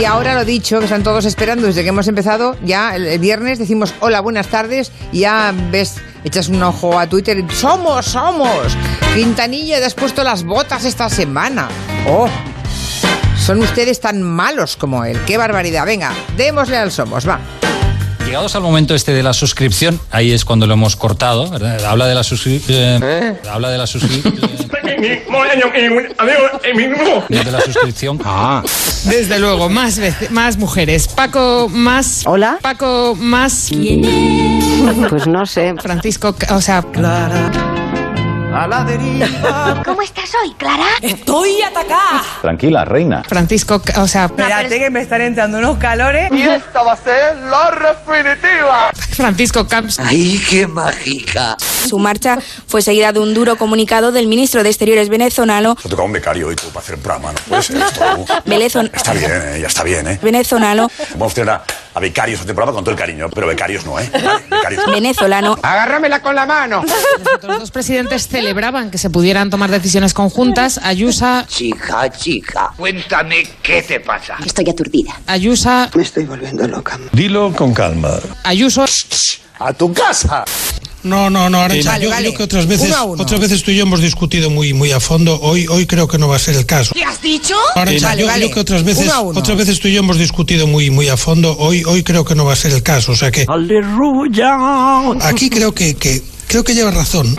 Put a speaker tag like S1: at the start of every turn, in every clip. S1: Y ahora lo dicho, que están todos esperando desde que hemos empezado, ya el, el viernes decimos hola, buenas tardes, y ya ves, echas un ojo a Twitter, y, somos, somos. Quintanilla, te has puesto las botas esta semana. Oh, son ustedes tan malos como él, qué barbaridad. Venga, démosle al somos, va.
S2: Llegados al momento este de la suscripción, ahí es cuando lo hemos cortado, ¿verdad? Habla de la suscripción. Habla de la suscripción. eh, de la suscripción.
S3: Ah.
S4: Desde luego, más veces, más mujeres. Paco más.
S5: Hola.
S4: Paco más.
S5: Pues no sé.
S4: Francisco, o sea,
S6: ¿Cómo estás hoy, Clara?
S7: Tranquila, reina.
S4: Francisco, o sea,
S8: Espérate que me están entrando unos calores.
S9: Y esta va a ser la definitiva.
S4: Francisco Camps.
S10: Su marcha fue seguida de un duro comunicado del ministro de Exteriores venezolano,
S11: Te toca un becario hoy tú para hacer un programa, no puede ser esto. ¿no?
S10: Velezon-
S11: Está bien, ¿eh? ya está bien, ¿eh?
S10: venezolano,
S11: Vamos a tener a, a becarios a hacer programa con todo el cariño, pero becarios no, ¿eh? Vale, Becarios.
S10: venezolano,
S11: Ah.
S1: Agárramela con la mano.
S4: Los dos presidentes celebraban que se pudieran tomar decisiones conjuntas. Ayusa,
S9: Chica, chica, cuéntame qué te pasa.
S6: Estoy aturdida.
S4: Ayusa,
S7: Dilo con calma.
S4: Ayuso.
S11: ¡A tu casa!
S3: No, no, no, Arancha, Eh,
S1: Vale,
S3: yo
S1: vale.
S3: creo que otras veces,
S1: Uno a uno.
S3: otras veces tú y yo hemos discutido muy, muy a fondo. Hoy, hoy creo que no va a ser el caso.
S8: ¿Qué has dicho?
S3: Arancha,
S1: Vale,
S3: yo
S1: vale.
S3: creo que otras veces,
S1: Uno a uno.
S3: otras veces tú y yo hemos discutido muy, muy a fondo. Hoy, hoy creo que no va a ser el caso. O sea que aquí creo que, que creo que llevas razón.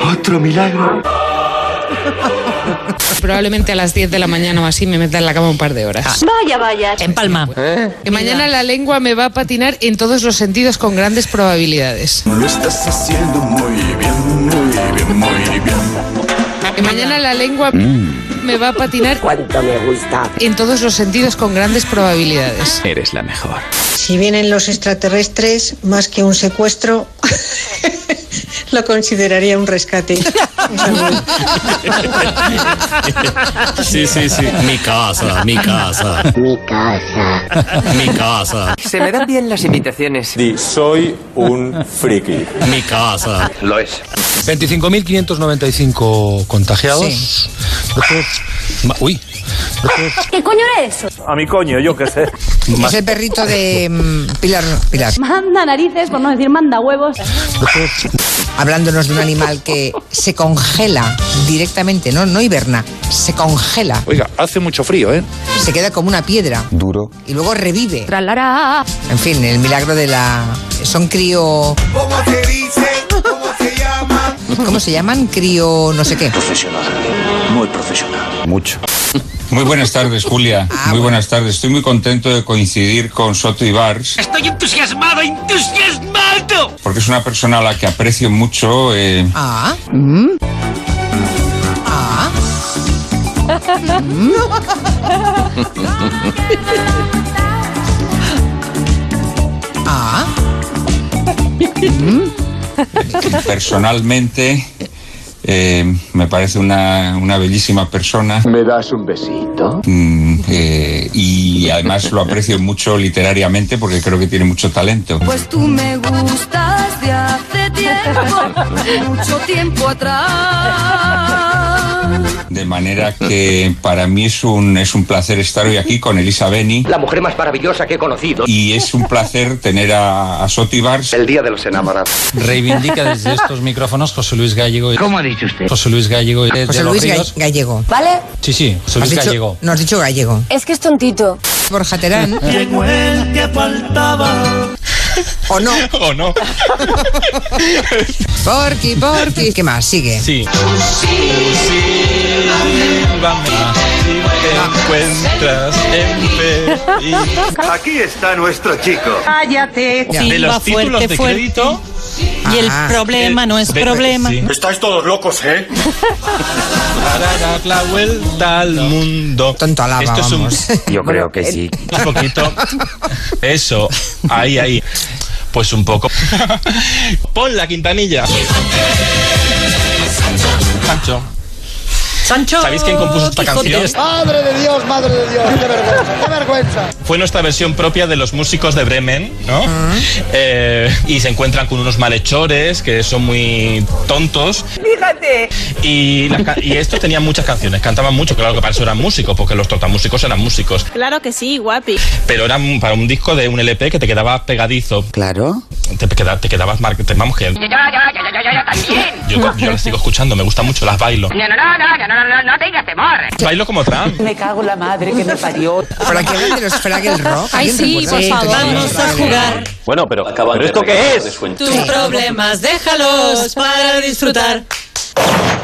S4: Probablemente a las 10 de la mañana o así me meta en la cama un par de
S12: Ah.
S4: horas. pues.
S6: Vaya, vaya.
S8: En Palma.
S12: ¿Eh?
S4: Que mañana la lengua me va a patinar en todos los sentidos con grandes probabilidades.
S11: Lo estás haciendo muy bien, muy bien, muy bien.
S4: Que mañana la lengua
S7: Mm.
S4: me va a patinar
S9: Cuánto me gusta.
S4: en todos los sentidos con grandes probabilidades.
S7: Eres la mejor.
S5: Si vienen los extraterrestres, más que un secuestro, lo consideraría un rescate.
S7: Sí, sí, sí. Mi casa, mi casa,
S6: Mi casa.
S7: mi casa,
S9: Se me dan bien las invitaciones.
S7: Di, soy un friki. Mi casa.
S9: Lo es.
S2: 25.595 contagiados. Después- ma- Uy. Después-
S6: ¿Qué coño era eso?
S7: A mi coño, yo qué sé.
S1: Es el perrito de mm, Pilar, Pilar,
S6: Manda narices, por no decir manda huevos.
S1: hablándonos de un animal que se congela directamente, no, no hiberna, se congela,
S7: Oiga, hace mucho frío, ¿eh?
S1: se queda como una piedra
S7: Duro.
S1: y luego revive.
S6: Tralará.
S1: En fin, el milagro de la... Son crío...
S11: ¿Cómo te dicen? ¿Cómo te llaman?
S1: ¿Cómo se llaman? Crío no sé qué.
S11: Profesional, muy profesional. Mucho.
S2: Muy buenas tardes,
S1: Ah,
S2: Julia. muy
S1: bueno.
S2: buenas tardes. Estoy muy contento de coincidir con Soto Ibars. Estoy entusiasmado, entusiasmado. Porque es una persona a la que aprecio mucho. eh,
S1: Ah. Ah. Ah.
S2: personalmente, eh, me parece una, una bellísima persona.
S9: ¿Me das un besito?
S2: Mm, eh, y además lo aprecio mucho literariamente porque creo que tiene mucho talento.
S10: Pues tú me gustas de hace tiempo, mucho tiempo atrás.
S2: De manera que para mí es un, es un placer estar hoy aquí con Elisa Beni
S9: La mujer más maravillosa que he conocido.
S2: y es un placer tener a, a Soti Bars.
S9: El día de los enamorados.
S2: Reivindica desde estos micrófonos José Luis Gallego.
S9: ¿Cómo ha dicho usted?
S2: José Luis Gallego eh, de,
S1: José Luis Ga- Gallego.
S10: ¿Vale?
S2: Sí, sí, José
S1: Has dicho- no has dicho gallego.
S10: Es que es tontito.
S1: Borja Terán. O no.
S2: ¿O no?
S1: Porky, porky. ¿Qué más? Sigue.
S2: Sí.
S11: Aquí está nuestro chico.
S8: Cállate,
S1: Ya.
S8: chimba, fuerte, fuerte. Y el
S1: Ah.
S8: problema no es problema.
S11: Estáis todos locos, ¿eh?
S3: Para dar la vuelta al mundo.
S1: Tonto alaba,
S3: Esto es un-
S1: vamos.
S9: Yo creo que sí.
S3: un poquito. Eso, ahí, ahí. Pues un poco. Pon la quintanilla. Pancho.
S12: Sancho.
S2: ¿Sabéis quién compuso esta canción?
S12: Madre de Dios, madre de Dios, qué vergüenza, qué vergüenza.
S2: Fue nuestra versión propia de los músicos de Bremen, ¿no?
S12: Ah.
S2: Eh, y se encuentran con unos malhechores que son muy tontos.
S12: Fíjate.
S2: Y, la ca- y estos tenían muchas canciones, cantaban mucho, claro que para eso eran músicos, porque los tortamúsicos eran músicos.
S12: Claro que sí, guapi.
S2: Pero era un- para un disco de un LP que te quedaba pegadizo. Claro. Te, queda- te quedabas mar- te- vamos
S12: Ya,
S2: que.
S12: ya, ya, ya, ya, ya, también.
S2: Yo, yo las sigo escuchando, me gusta mucho, las bailo.
S12: No, no, no, no, no, no, no tengas temor.
S2: Bailo como Trump.
S12: Me cago en la madre que me parió.
S13: ¿Para qué hablan de los Fraggle Rock?
S12: Ay, sí, por
S1: este
S12: favor.
S13: Vamos a
S12: jugar.
S9: Bueno, pero, ¿pero esto qué es?
S12: Tus problemas déjalos para disfrutar.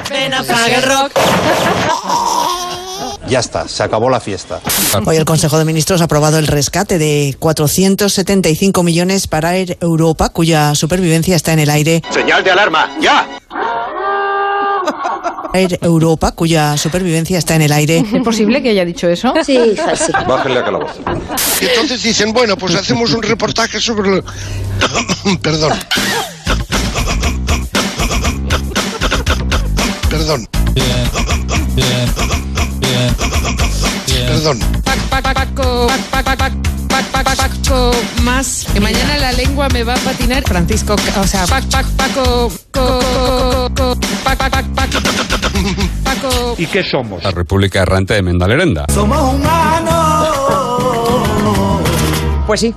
S12: Ven a Fraggle Rock.
S9: Ya está, se acabó la fiesta.
S1: Hoy el Consejo de Ministros ha aprobado el rescate de 475 millones para Air Europa, cuya supervivencia está en el aire.
S9: Señal de alarma, ya.
S1: Air Europa, cuya supervivencia está en el aire.
S4: ¿Es posible que haya dicho eso? Sí, hija, sí.
S9: Bájenle a calabozo.
S11: Y entonces dicen, bueno, pues hacemos un reportaje sobre... lo- Perdón. Perdón. Perdón.
S4: Pac, pac, Paco, pac, pac, pac, pac, pac, pac, Paco, más. Que mañana la lengua me va a patinar. Francisco, o sea, pac, pac, Paco, co, co, co, pac, pac, pac, pac, Paco.
S14: ¿Y qué somos? La República Errante de Mendalerenda.
S12: Somos humanos.
S13: Pues sí.